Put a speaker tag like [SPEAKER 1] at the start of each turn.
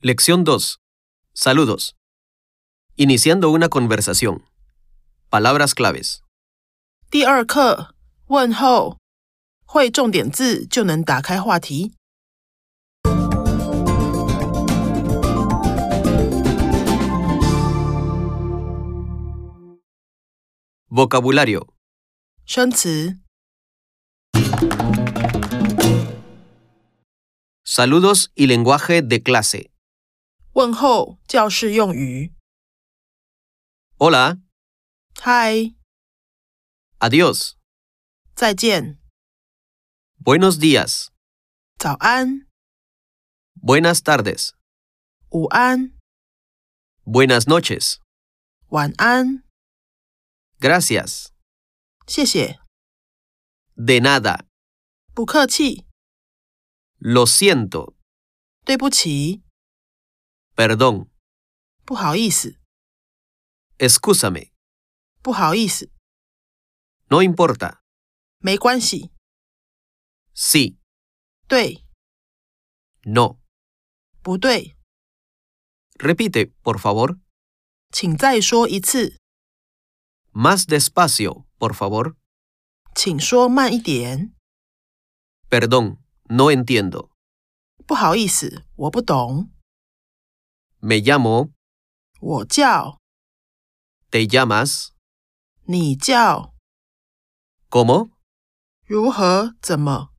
[SPEAKER 1] Lección 2. Saludos. Iniciando una conversación. Palabras claves.
[SPEAKER 2] 第二课问候，会重点字就能打开话题。
[SPEAKER 1] Vocabulario.
[SPEAKER 2] 生词、
[SPEAKER 1] Saludos y lenguaje de clase.
[SPEAKER 2] 问候、教室用语。
[SPEAKER 1] Hola,
[SPEAKER 2] 嗨，
[SPEAKER 1] adiós,
[SPEAKER 2] 再见，
[SPEAKER 1] buenos días,
[SPEAKER 2] 早安、
[SPEAKER 1] buenas tardes,
[SPEAKER 2] 午安、
[SPEAKER 1] buenas noches,
[SPEAKER 2] 晚安，
[SPEAKER 1] gracias,
[SPEAKER 2] 谢谢，
[SPEAKER 1] de nada,
[SPEAKER 2] 不客气，
[SPEAKER 1] lo siento,
[SPEAKER 2] 对不起，
[SPEAKER 1] perdón,
[SPEAKER 2] 不好意思，
[SPEAKER 1] excúsame,
[SPEAKER 2] 不好意思，
[SPEAKER 1] no importa,
[SPEAKER 2] 没关系，
[SPEAKER 1] sí,
[SPEAKER 2] 对，
[SPEAKER 1] no.
[SPEAKER 2] 不对，
[SPEAKER 1] Repite, por favor,
[SPEAKER 2] 请再说一次，
[SPEAKER 1] más despacio, por favor.
[SPEAKER 2] 请说慢一点，
[SPEAKER 1] Perdón, no entiendo.
[SPEAKER 2] 不好意思，我不懂，
[SPEAKER 1] Me llamo,
[SPEAKER 2] 我叫，
[SPEAKER 1] te llamas,
[SPEAKER 2] 你叫，
[SPEAKER 1] ¿cómo?
[SPEAKER 2] 如何，怎么。